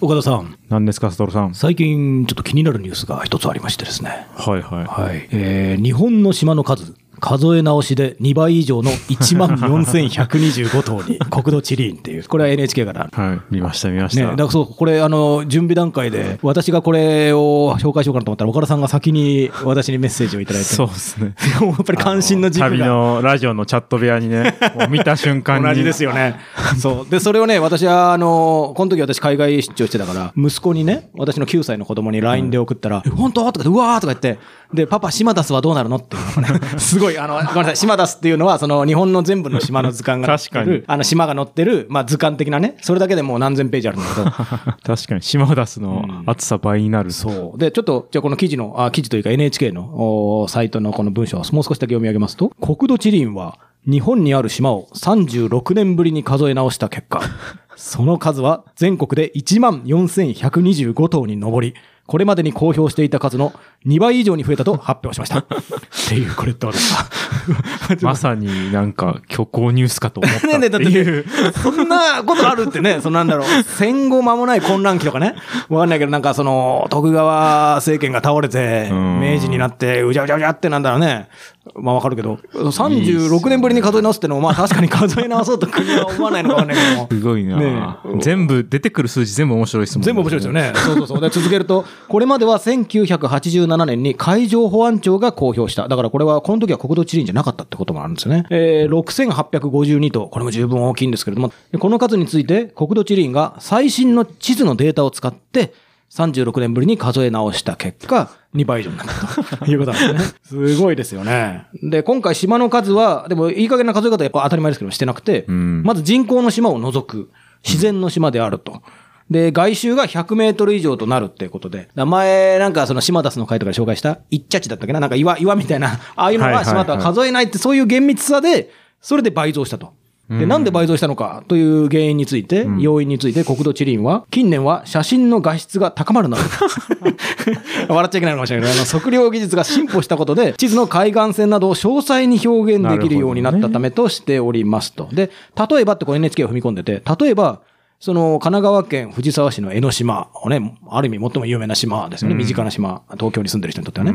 岡田さん、何ですか、ストロさん。最近ちょっと気になるニュースが一つありましてですね。はいははい。えー日本の島の数、数え直しで2倍以上の1万4125頭 に国土地理院っていう、これは NHK から。い。はい、見ました、見ましね、た。だからそう、これ、あの、準備段階で、私がこれを紹介しようかなと思ったら、岡田さんが先に私にメッセージをいただいて、そうですね。やっぱり関心の軸旅が。のラジオのチャット部屋 にね、もう見た瞬間に。同じですよね。 そう。で、それをね、私は、あの、この時私海外出張してたから、息子にね、私の9歳の子供に LINE で送ったら、え本当とかで、うわーとか言って、で、パパ、島出すはどうなるのっていうのが ね、すごい、あの、ごめんなさい、島出すっていうのは、その、日本の全部の島の図鑑が載ってる、確かにあの、島が載ってる、まあ、図鑑的なね、それだけでもう何千ページあるんだけど、 確かに、島を出すの厚さ倍になる。そう。で、ちょっと、じゃあこの記事の、あ記事というか NHK のおサイトのこの文章をもう少しだけ読み上げますと、国土地理院は日本にある島を36年ぶりに数え直した結果、その数は全国で1万4125頭に上り、これまでに公表していた数の2倍以上に増えたと発表しました。っていう、これどうですかまさになんか虚構ニュースかと思ったって ねえねえ、だっていう。ね、そんなことあるってね、そ のなんだろう、戦後間もない混乱期とかね、わかんないけど、なんかその、徳川政権が倒れて、うん明治になって、うじゃうじゃうじゃってなんだろうね、まあわかるけど、36年ぶりに数え直すってのも、まあ確かに数え直そうと国は思わないのかわかんないけど も。すごいな、ねえ全部、出てくる数字全部面白いですもんね。全部面白いですよね。そうそうそう。で、続けると、 これまでは1987年に海上保安庁が公表した。だからこれは、この時は国土地理院じゃなかったってこともあるんですよね。えー、6852と、これも十分大きいんですけれども、でこの数について、国土地理院が最新の地図のデータを使って、36年ぶりに数え直した結果、2倍以上になった ということなんですね。すごいですよね。で、今回島の数は、でもいい加減な数え方はやっぱ当たり前ですけどしてなくて、んまず人口の島を除く、自然の島であると。で、外周が100メートル以上となるっていうことで、名前なんかその島田スの回とかで紹介した、いっちゃちだったっけななんか岩、岩みたいな、 ああいうのははいはいは島い田は数えないってそういう厳密さで、それで倍増したと。で、なんで倍増したのかという原因について、要因について国土地理院は、近年は写真の画質が高まる など、笑っちゃいけないのかもしれないけど、あの測量技術が進歩したことで、地図の海岸線などを詳細に表現できるようになったためとしておりますと。で、例えばってこれ NHK を踏み込んでて、例えば、その神奈川県藤沢市の江ノ島をね、ある意味最も有名な島ですよね。身近な島、東京に住んでる人にとってはね。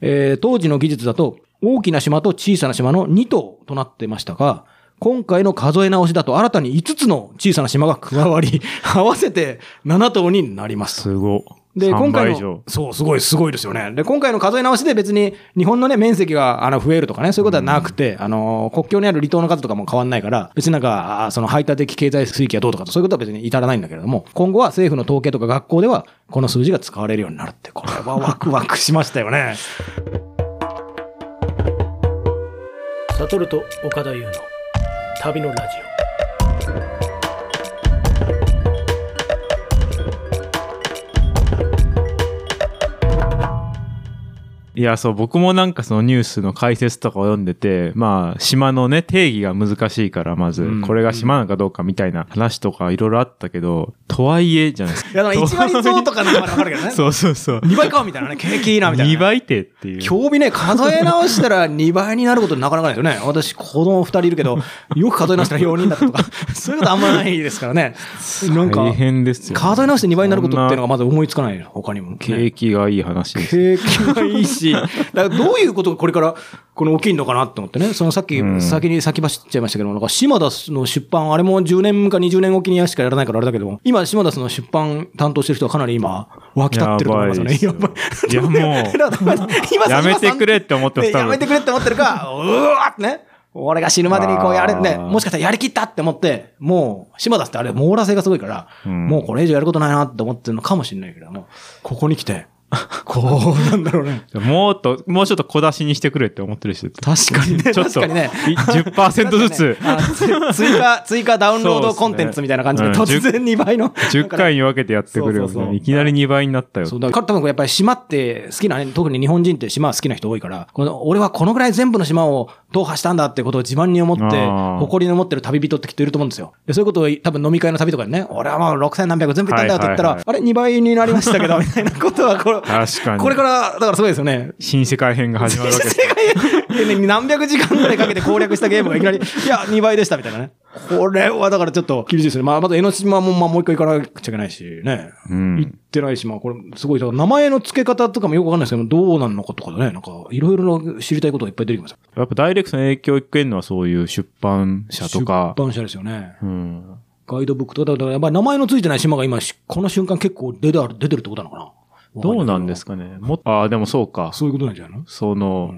えー当時の技術だと、大きな島と小さな島の2島となってましたが、今回の数え直しだと新たに5つの小さな島が加わり、合わせて7島になります。すごい。で、今3倍回以上の、そう、すごい、すごいですよね。で、今回の数え直しで別に日本のね、面積があの増えるとかね、そういうことはなくて、あの、国境にある離島の数とかも変わんないから、別になんか、あその排他的経済水域はどうとかと、そういうことは別に至らないんだけれども、今後は政府の統計とか学校では、この数字が使われるようになるって、これはワクワクしましたよ ね。サトルと岡田優の旅のラジいや、そう、僕もなんかそのニュースの解説とかを読んでて、まあ、島のね、定義が難しいから、まず、これが島なのかどうかみたいな話とかいろいろあったけど、とはいえ、じゃないですか。いや、だから1割増とかのまでわかるけどね。 そうそうそう。 2倍かみたいなね、景気いいなみたいなね、 2倍手っていう。興味ね、数え直したら2倍になることなかなかないですよね。私、子供2人いるけ ど、よく数え直したら4人だったとか、 そういうことあんまないですから ね。なんか大、変ですよ、数え直して2倍になることっていうのがまず思いつかない、他にも、ね。景気がいい話です。景気がいい し、だからどういうことがこれから、この起きんのかなって思ってね、そのさっき、ん先に先走っちゃいましたけど、なんか島田の出版、あれも10年か20年おきにしかやらないからあれだけども、今、島田の出版担当してる人はかなり今、沸き立ってると思いますよね。やばいですよやばいやも うだからだから今やめてくれって思ってますね多分やめてくれって思ってるか、うわーってね。俺が死ぬまでにこうやれね、あーもしかしたらやりきったって思って、もう、島田ってあれ、網羅性がすごいから、 うんもうこれ以上やることないなって思ってるのかもしれないけども、ここに来 て、こう、なんだろうね。もっと、もうちょっと小出しにしてくれって思ってる人。 確かにね。ちょっ確と、かにね。い10%ずつ、あのつ 追加、追加ダウンロードコンテンツみたいな感じで、そうっすね突然2倍の。 10回に分けてやってくれよみたそうそいうそな。ういきなり2倍になったよ。そうだから多分やっぱり島って好きなね、特に日本人って島好きな人多いから、この俺はこのぐらい全部の島を踏破したんだってことを自慢に思って、あー誇りに思ってる旅人ってきっといると思うんですよ。でそういうことを多分飲み会の旅とかでね、俺はもう6000何百全部行ったんだよって言ったら、はいはいあれ2倍になりました けど、みたいなことはこれ、確かにこれから、だからすごいですよね。新世界編が 始まるわけです。世界いやね何百時間ぐらいかけて攻略したゲームがいきなり、いや、2倍でしたみたいなね。これはだからちょっと厳しいですね。まあ、まだ江ノ島も、まあ、もう一回行かなくちゃいけないしね。うん行ってないし、まあ、これ、すごい、だから名前の付け方とかもよくわかんないですけど、どうなんのかとかね、なんか、いろいろな知りたいことがいっぱい出てきますよ。やっぱダイレクトに影響を受けるのはそういう出版社とか。出版社ですよね。うん。ガイドブックとか、だからやっぱり名前の付いてない島が今、しこの瞬間結構出てある出てるってことなのかなどうなんですかかね。もっああ、でもそうか。そういうことなんじゃないのその、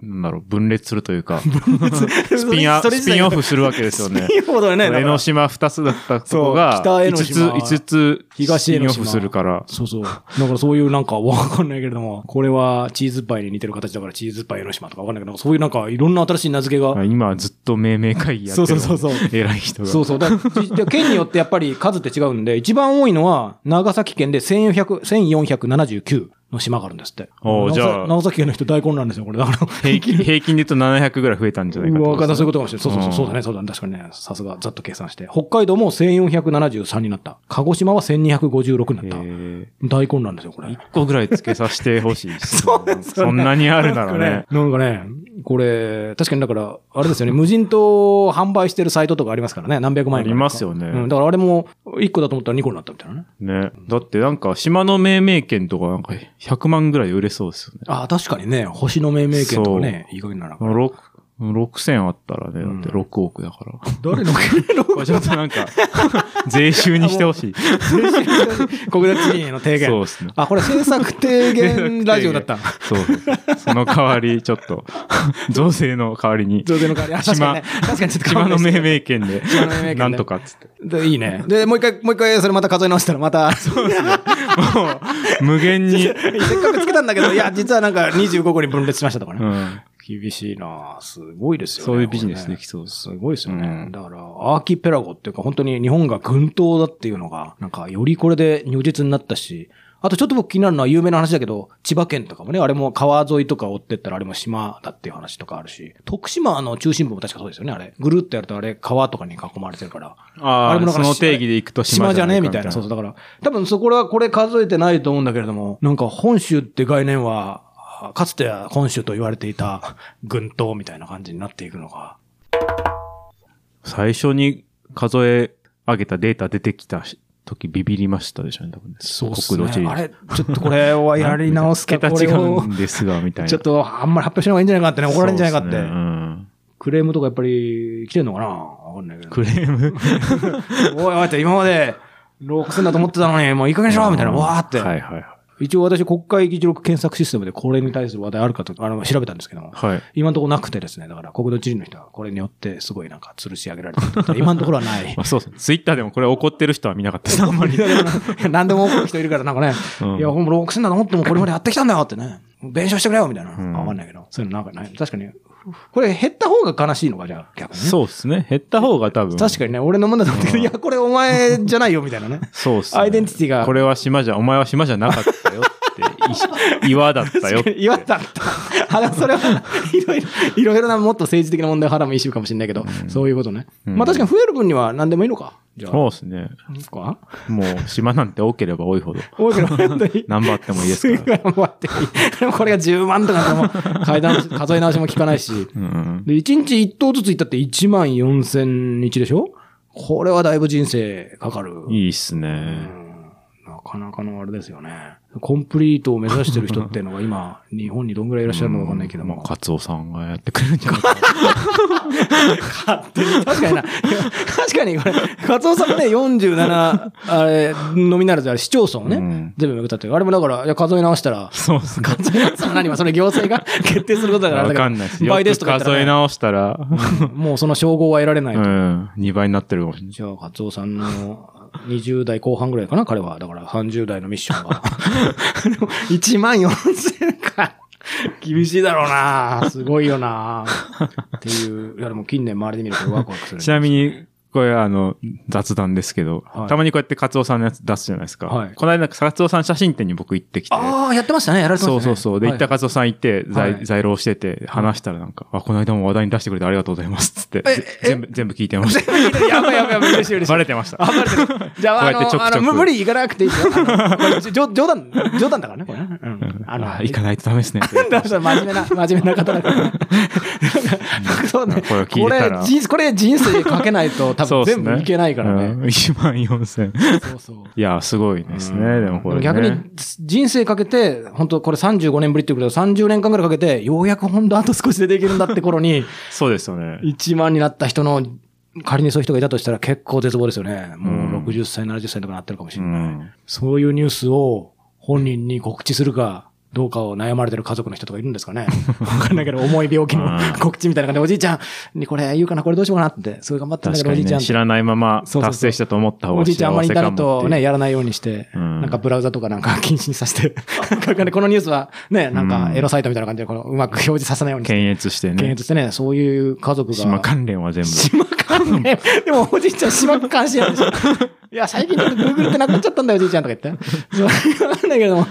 なんだろう、分裂するとい うか、ススピンアスピンオフするわけですよね。いいことだよね。だか江らノ島2つだったとこが、そう北江ノ島5つ、5つ、東江ノ島スピンオフするから。そうそう。だからそういうなんかわかんないけれども、これはチーズパイに似てる形だからチーズパイ江ノ島とかわかんないけど、そういうなんかいろんな新しい名付けが。あ今はずっと命名会議やってる。そうそうそうそう偉い人が。そうそう。だからじ県によってやっぱり数って違うんで、一番多いのは長崎県で1400 1479の島があるんですって。おー長じゃあ長崎県の人大混乱ですよ、これ。だから。平均平均で言うと700ぐらい増えたんじゃないかうわわかんないそういうこことかもしれない。そうそうそうう。んそうだね。そうだね。確かにね。さすが、ざっと計算して。北海道も1473になった。鹿児島は1256になった。大混乱ですよ、これ。 1個ぐらい付けさせてほしい しそんなにあるならね。なんかね、これ、確かにだから、あれですよね、無人島を販売してるサイトとかありますからね、何百万円かありますよねうん、だからあれも、1個だと思ったら2個になったみたいなね。ね。だってなんか、島の命名権とかなんか100万ぐらい売れそうですよね。ああ、確かにね、星の命名権とかね、いい加減なら。 6、6000あったらね、だんって6億だから。誰のこれちょっと なんか、税収にしてほしい。国立議員への 提言。そうですね。あ、これ政策提言ラジオだ った。そうそう。その代わり、ちょっ と、増税の代わりに、増税の代わり。あ確かにね。確かにちょっと島勘の弁して命名権で島の命名権で、なんとかっつって。でいいね。で、もう一回、もう一回、それまた数え直したら、また、せっもう、無 限に、かくつけたんだけど、いや、実はなんか25個に分裂しましたとかね。うん。厳しいなあすごいですよね。そういうビジネスこれねできそうですすごいですよね。うんだから、アーキペラゴっていうか、本当に日本が群島だっていうのが、なんか、よりこれで如実になったし、あとちょっと僕気になるのは有名な話だけど、千葉県とかもね、あれも川沿いとか追ってったらあれも島だっていう話とかあるし、徳島の中心部も確かそうですよね、あれ。ぐるっとやるとあれ、川とかに囲まれてるから。あれあ、そしの定義で行くと島じゃねえみたいな。そううそう。だから、多分そこはこれ数えてないと思うんだけれども、なんか本州って概念は、あかつては本州と言われていた群島みたいな感じになっていくのが。最初に数え上げたデータ出てきたし時ビビりましたでしょうね、多分ね。そうです国土地理ね。あれ、ちょっとこれはやり直す か、桁こ違れをうんですが、みたいな。ちょっとあんまり発表しない方がいいんじゃないかってね、怒られるんじゃないかって。そうですねうんクレームとかやっぱり来てんのかなわかんないけど。クレーム。おいおいって今まで6000だと思ってたのに、もういい加減にしろみたいな、わーって。はいはいは一応私国会議事録検索システムでこれに対する話題あるかと、あの、調べたんですけども。い。はい。今のところなくてですね、だから国土地理の人はこれによってすごいなんか吊るし上げられてると。今のところはないまあ。そうですね。ツイッターでもこれ怒ってる人は見なかったです、あんまり。何でも怒る人いるからなんかね、うんいや、ほんま6000だと思ってもこれまでやってきたんだよってね、弁償してくれよみたいな。んわかんないけど、そういうのなんかない。確かに、これ減った方が悲しいのか、じゃあ逆にね。そうですね。減った方が多分。確かにね、俺のもんだと思ってけど、いや、これお前じゃないよみたいなね。そうっすね。アイデンティティがこれは島じゃ、お前は島じゃなかったよって、い岩だったよって。言われたんだ。あでもそれは、いろいろ、いろいろなもっと政治的な問題をはらむ一種かもしれないけど、そういうことね。うんまあ確かに増える分には何でもいいのか。じゃあ。そうですね。いいっすかもう、島なんて多ければ多いほど。多いけど、本当に。 何番あってもいいですから。すごい余ってでもこれが10万とかでも、階段、数え直しも効 かないし。うんうん。で、1日1頭ずつ行ったって1万4000日でしょこれはだいぶ人生かかる。いいっすうね。んなかなかのあれですよね。コンプリートを目指してる人っていうのが今、日本にどんぐらいいらっしゃるのかわかんないけどまもあ、。カツオさんがやってくれるんじゃないかな。確かにな。いや確かにこれ、カツオさんもね、47、あれ、のみならず、あれ、市町村をね、うん全部めくったっていう。あれもだから、いや数え直したら、そうで すね。数え直したら何はそれ行政が 決定することだから、わだかんないです。よ倍ですくとか言った数らえね、直したら、もうその称号は得られないと。うん、2倍になってるかもしれない。じゃあ、カツオさんの20代後半ぐらいかな、彼は。だから30代のミッショ ンが。1万4000か。厳しいだろうなすごいよなっていう。いや、でも近年周りで見るとワクワクする。ちなみに、これあの、雑談ですけど、はいたまにこうやってカツオさんのやつ出すじゃないですか。はいこの間、カツオさん写真展に僕行ってきて、ああ、やってましたね。やられてましそたね。うそうそう。で、行はっいたカツオさん行って、在はい在廊してて、話したらなんか、あ、この間も話題に出してくれてありがとうございます。つって、ぜ全部、全部聞いてました。や ばいやばいやば い、嬉しい嬉しい。バレてました。あ、バレてる。じゃあ、あこうやってちょの、くちょあくの無無理行かなくていいですよ。あのこれじょ冗談、冗談だからね、これね。うん。あのあ行かないとダメですね。だから真面目な、真面目な方 だから。なんかそうね。これを聞いてたらこれ人、これ人生かけない と多 そう分っす全部いけないからうんね。 1万4000。そうそう。いや、すごいですうね。んでもこれ、ね。逆に人生かけて、本当これ35年ぶりっていうことで30年間ぐらいかけて、ようやく本当あと少しでできるんだって頃に、 そうですよね。 1万になった人の、仮にそういう人がいたとしたら結構絶望ですよね。もう60歳、70歳とかなってるかもしれうない。ん。そういうニュースを本人に告知するか、どうかを悩まれてる家族の人とかいるんです かね。わかんないけど、重い病気のうん告知みたいな感じで、おじいちゃんにこれ言うかな、これどうしようかなって、そういう頑張ったんだけど、確かおじにいちゃね、ん知らないままそうそうそう達成したと思った方おがじいちゃんあんまり幸イせンターネかッもトっをてね、いう。やらないようにして、うんなんかブラウザとかなんか禁止にさせて、 なんかねこのニュースはね、なんかエロサイトみたいな感じで、このうまく表示させないようにして、検閲して検ね。閲してね、そういう家族が。島関連は全部。島関連。でもおじいちゃん島関心なんで しょ。いや、最近ちょっと Google ってなくなっちゃったんだよ、おじいちゃんとか言って。そうわかんないけども。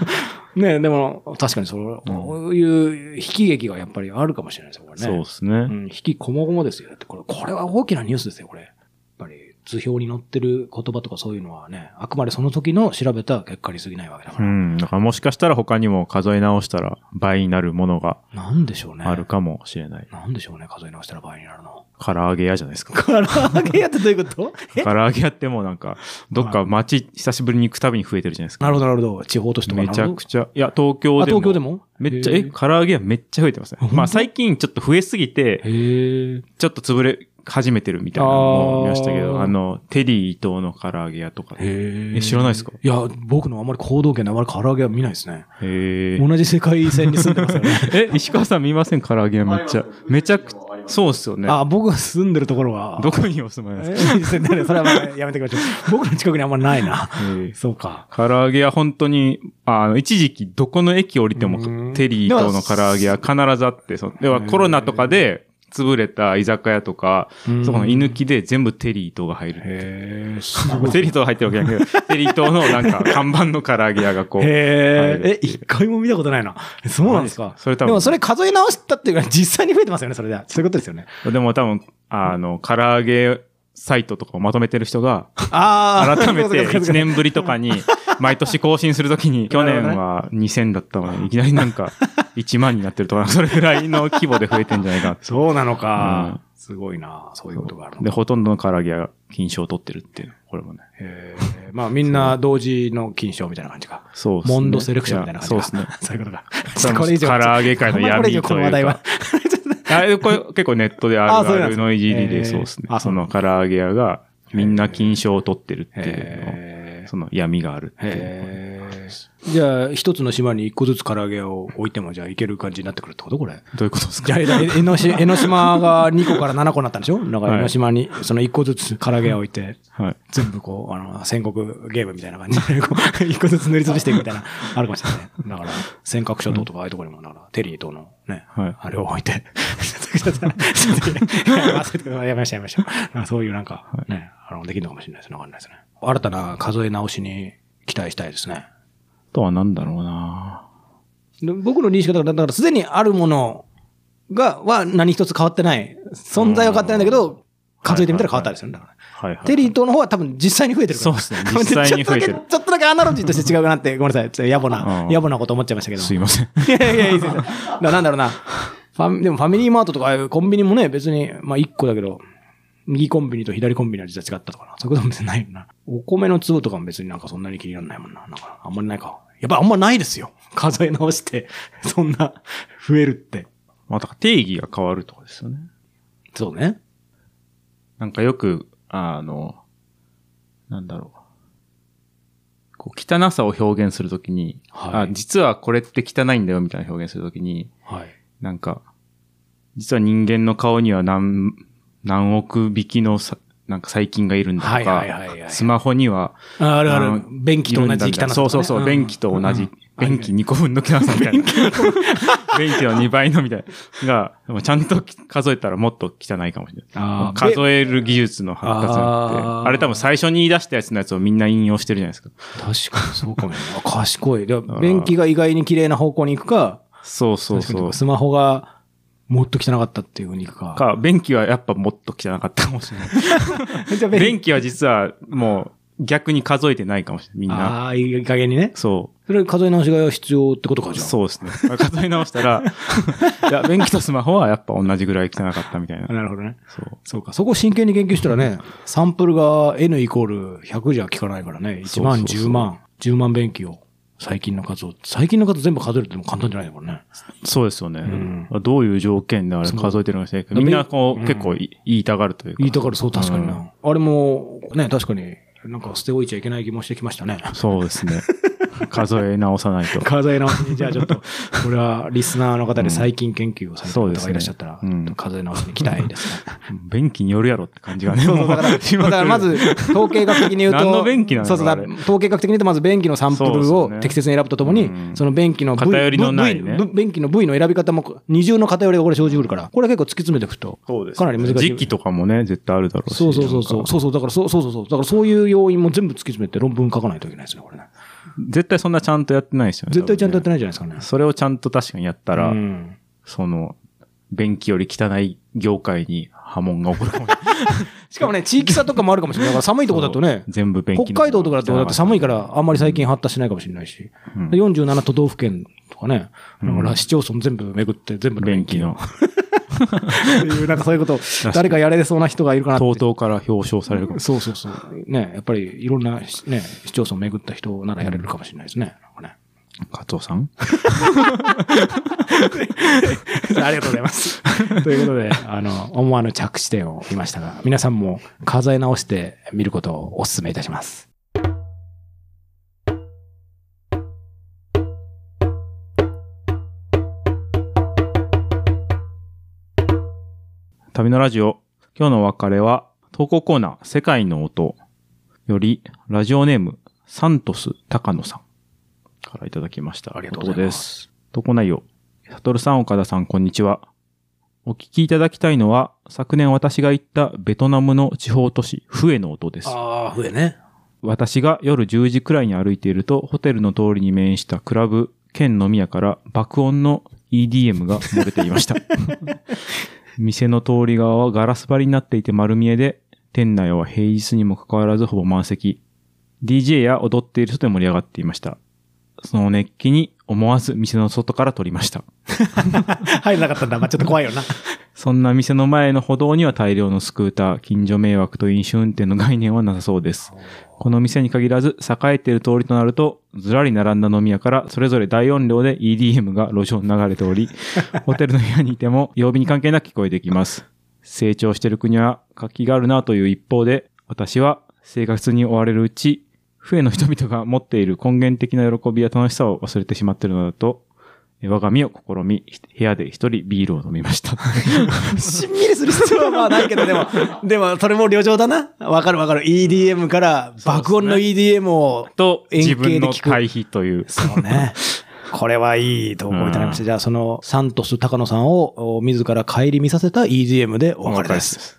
ねえでも、確かにそう、こういう悲喜劇がやっぱりあるかもしれないですよ、これね。そうですうね。ん、引きこもごもですよ。だってこれ、これは大きなニュースですよ、これ。やっぱり、図表に載ってる言葉とかそういうのはね、あくまでその時の調べた結果に過ぎないわけだかうら。ん。だからもしかしたら他にも数え直したら倍になるものがなんでしょうね。あるかもしれない。なんでしょうね、数え直したら倍になるの。 唐揚げ屋じゃないですか。唐揚げ屋ってどういうことえ 唐揚げ屋ってもうなんか、どっか街久しぶりに行くたびに増えてるじゃないですか。なるほど、なるほど。地方都市とかめちゃくちちゃ。いや、東京ゃでも。東京でもめっちゃ、へえ、ー唐揚げ屋めっちゃ増えてますね。まあ最近ちょっと増えすぎて、へえ。ちょっと潰れ始めてるみたいなのも見ましたけど、あーあの、テリー伊藤の唐揚げ屋とか。へええ知らないですかいや、僕のあんまり行動圏であまり唐揚げは見ないですね。え。同じ世界線に住んでますよね。 え、石川さん見ません唐揚げ屋めっちゃ。めちゃくちゃ、そうっすよね。あ、僕が住んでるところは。どこにお住まいなんですかえ それはまあやめてください。僕の近くにあんまりない な。ええそうか。唐揚げ屋本当に、あの、一時期どこの駅降りてうんも、テリー伊藤の唐揚げ屋必ずあって、その要はコロナとかで潰れた居酒屋とか、うんそこの居抜きで全部テリー伊藤が入るっていう。へえ。テリー島入ってるわけじゃない けど、テリー島のなんか看板の唐揚げ屋がこう。へはいえ。え、一回も見たことないな。えそうなんですマジかっ。すかそれ多分でもそれ数え直したっていうか、実際に増えてますよね、それで。そういうこと ですよね。でも多分、あの、唐揚げサイトとかをまとめてる人が、ああ。改そうめてかそうかそうか1年ぶりとかに、毎年更新すると きに、去年は2000だったのに、いきなりなんか1万になってるとか、それぐらいの規模で増えてんじゃないかなってそうなのかうん。すごいな。そういうことがあるのかで、ほとんどの唐揚げ屋が金賞を取ってるっていう、これもね。えーまあみんな同時の金賞みたいな感じか。そうっすねモンドセレクションみたいな感じか。いやそうっすそういう ことか。うちょっとこれ以上。唐揚げ界のあんまりこれ以上闇ことのい話う題かは。。あれこれ結構ネットでああそうるなあんでするねのいじりえーで、そうですねあ。そそうの唐揚げ屋が、みんな金賞を取ってるっていうへのをその闇があるっていうえじゃあ一つの島に一個ずつ唐揚げを置いてもじゃあいける感じになってくるってことこれ。どういうことですかじゃあ、え江ノ島江ノ島が2個から7個になったんでし ょなんか江ノ島にその1個ずつ唐揚げを置いて、はい。全部こう、あの、戦国ゲームみたいな感じで、こう、 一個ずつ塗りつぶしていくみたいな、あるかもしれないね。だから、尖閣諸島とかああいうところにも、だから、テリー島のね、はいあれを置いて、ちょっと忘れてくださいやめましょうやめましょう。なんか そういうなんか、ね、あの、できるのかもしれないですね。わかんないですね。新たな数え直しに期待したいですね。あとはなんだろうなで僕の認識だから、だからすでにあるものが、は何一つ変わってない。存在は変わってないんだけど、数えてみたら変わったりするんだから。はいはい。テリー島の方は多分実際に増えてるから。そうですね実際に増えてる ちょっとだけちょっとだけアナロジーとして違うかなって、ごめんなさい。ちょっと野暮な、うん野暮なこと思っちゃいましたけど。すいません。いやいやいや、いいですよ。だからなんだろうな。ファミでもファミリーマートとかああいうコンビニもね、別に、まあ一個だけど、右コンビニと左コンビニは実は違ったとかな。そういうことも別にないよな。お米の粒とかも別になんかそんなに気にならないもんな。なんかあんまりないか。やっぱあんまないですよ。数え直して、 そんな、増えるって。まあ、だから定義が変わるとかですよね。そうね。なんかよく、あの、なんだろう。こう、汚さを表現するときに、はいあ、実はこれって汚いんだよみたいな表現するときに、はい。なんか、実は人間の顔には何、何億匹のさ、なんか細菌がいるんだとか、はいはいはいはいスマホには、ああるああるの。便器と同じ汚さとかね、そうそうそう、便器と同じ、うん便器2個分の汚さみたいな。便器の2倍のみたいな。が、でもちゃんと数えたらもっと汚いかもしれない。あー数える技術の発達になって。ああーれ多分最初に言い出したやつのやつをみんな引用してるじゃないですか。確かにそうかもね。あ 賢い。であー便器が意外に綺麗な方向に行くか、そうそう確かそうに。スマホがもっと汚かったっていう風に行くか。 か、便器はやっぱもっと汚かったかもしれない。じゃあ便器便器は実はもう、逆に数えてないかもしれない、みんな。ああ、いい加減にね。そそれ数え直しが必要ってことか、う。じゃあ。そうですね。数え直し たら、いや、便器とスマホはやっぱ同じぐらい汚かったみたいなあ。なるほどね。そう。そうか。そこ真剣に研究したらね、サンプルが N イコール100じゃ効かないからね。1万、そうそうそう10万、10万便器を、最近の数を、最近の数全部数えるっても簡単じゃないもんね。そうですよね。うどういう条件であれそう数えてるのかしらないけどみんなこう、うん結構い言いたがるというか。言いたがる、そう、確かにうな。あれも、ね、確かに、なんか捨て置いちゃいけない気もしてきましたね。そうですね。 数え直さない と。数え直しに、じゃあちょっと、これはリスナーの方で最近研究をされた方がいらっしゃったら、そうですねうん数え直しに期待です ね。便器によるやろって感じがね。そうそう、だから、 もうしくるだからまず、統計学的に言うと、 何の便器なのそうそう、あだれから統計学的に言うと、まず便器のサンプそうでルすよをね適切に選ぶとともに、そうんの便器の部位偏りのないね部位部便器の部位の選び方も二重の偏りがこれ生じうるから、これは結構突き詰めていくと、かなり難しい。時期とかもね、絶対あるだろうし。そうそうそうそなんう。かそうそう。だから、そうそうそうそう。だからそういう要因も全部突き詰めて論文書かないといけないですね、これね。絶対そんなちゃんとやってないですよね。絶対ちゃんとやってない。ないじゃないですかね。それをちゃんと確かにやったら、うんその、便器より汚い業界に波紋が起こるか もしれない。しかもね、地域差とかもあるかもしれない。だから寒いとこだとね、全部便器の北海道とかだとだって寒いから、あんまり最近発達しないかもしれないし、うん47都道府県とかね、だから市町村全部巡って、全部の便 器の。っていう、なんかそういうことをに誰かやれそうな人がいるかなって。とうとうから表彰されるかもしそうそうそう。ね、やっぱりいろんなし、ね、市町村巡った人ならやれるかもしれないですね。なんかねれない。カツオさん ありがとうございます。 ということで、あの、思わぬ着地点を見ましたが、皆さんも数え直して見ることをお勧めいたします。旅のラジオ。今日のお別れは、投稿コーナー、世界の音より、ラジオネーム、サントス・高野さんからいただきました。ありがとうございます。投稿内容。サトルさん、岡田さん、こんにちは。お聞きいただきたいのは、昨年私が行ったベトナムの地方都市、フエの音です。ああ、増えね。私が夜10時くらいに歩いていると、ホテルの通りに面したクラブ、兼飲み屋から爆音の EDM が漏れていました。店の通り側はガラス張りになっていて丸見えで、店内は平日にもかかわらずほぼ満席。DJ や踊っている人で盛り上がっていました。その熱気に思わず店の外から撮りました。入らなかったんだ。まあ、ちょっと怖いよ な。そんな店の前の歩道には大量のスクーター、近所迷惑と飲酒運転の概念はなさそうです。この店に限らず、栄えている通りとなると、ずらり並んだ飲み屋から、それぞれ大音量で EDM が路上に流れてお り、ホテルの部屋にいても、曜日に関係なく聞こえてきます。成長している国は活気があるなという一方で、私は生活に追われるうち、増えの人々が持っている根源的な喜びや楽しさを忘れてしまっているのだと、我が身を試み、部屋で一人ビールを飲みま した。しんみりする必要はまあないけど、でも、でも、それも旅情だな。わかるわかる。EDM から爆音の EDM を。と、円形で自聞く分の対比という。そうね。 これはいいと思いただきました。うんじゃあ、その、サントス高野さんを、お自ら帰り見させた EDM でお別れです。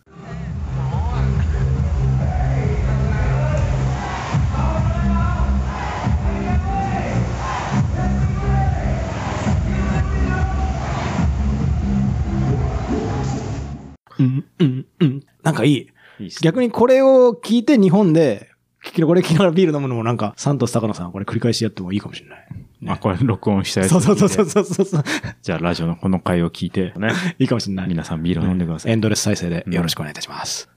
うん、うん、うん。なんかいい。いいっすね逆にこれを聞いて日本で、聞きこれ聞きながらビール飲むのもなんか、サントス高野さん、これ繰り返しやってもいいかもしれない。まあ、これ録音したやつ。そうそうそうそうそうそうそう。じゃあ、ラジオのこの回を聞いて、ね、いいかもしれない。皆さんビールを飲んでください。エンドレス再生でよろしくお願いいたします。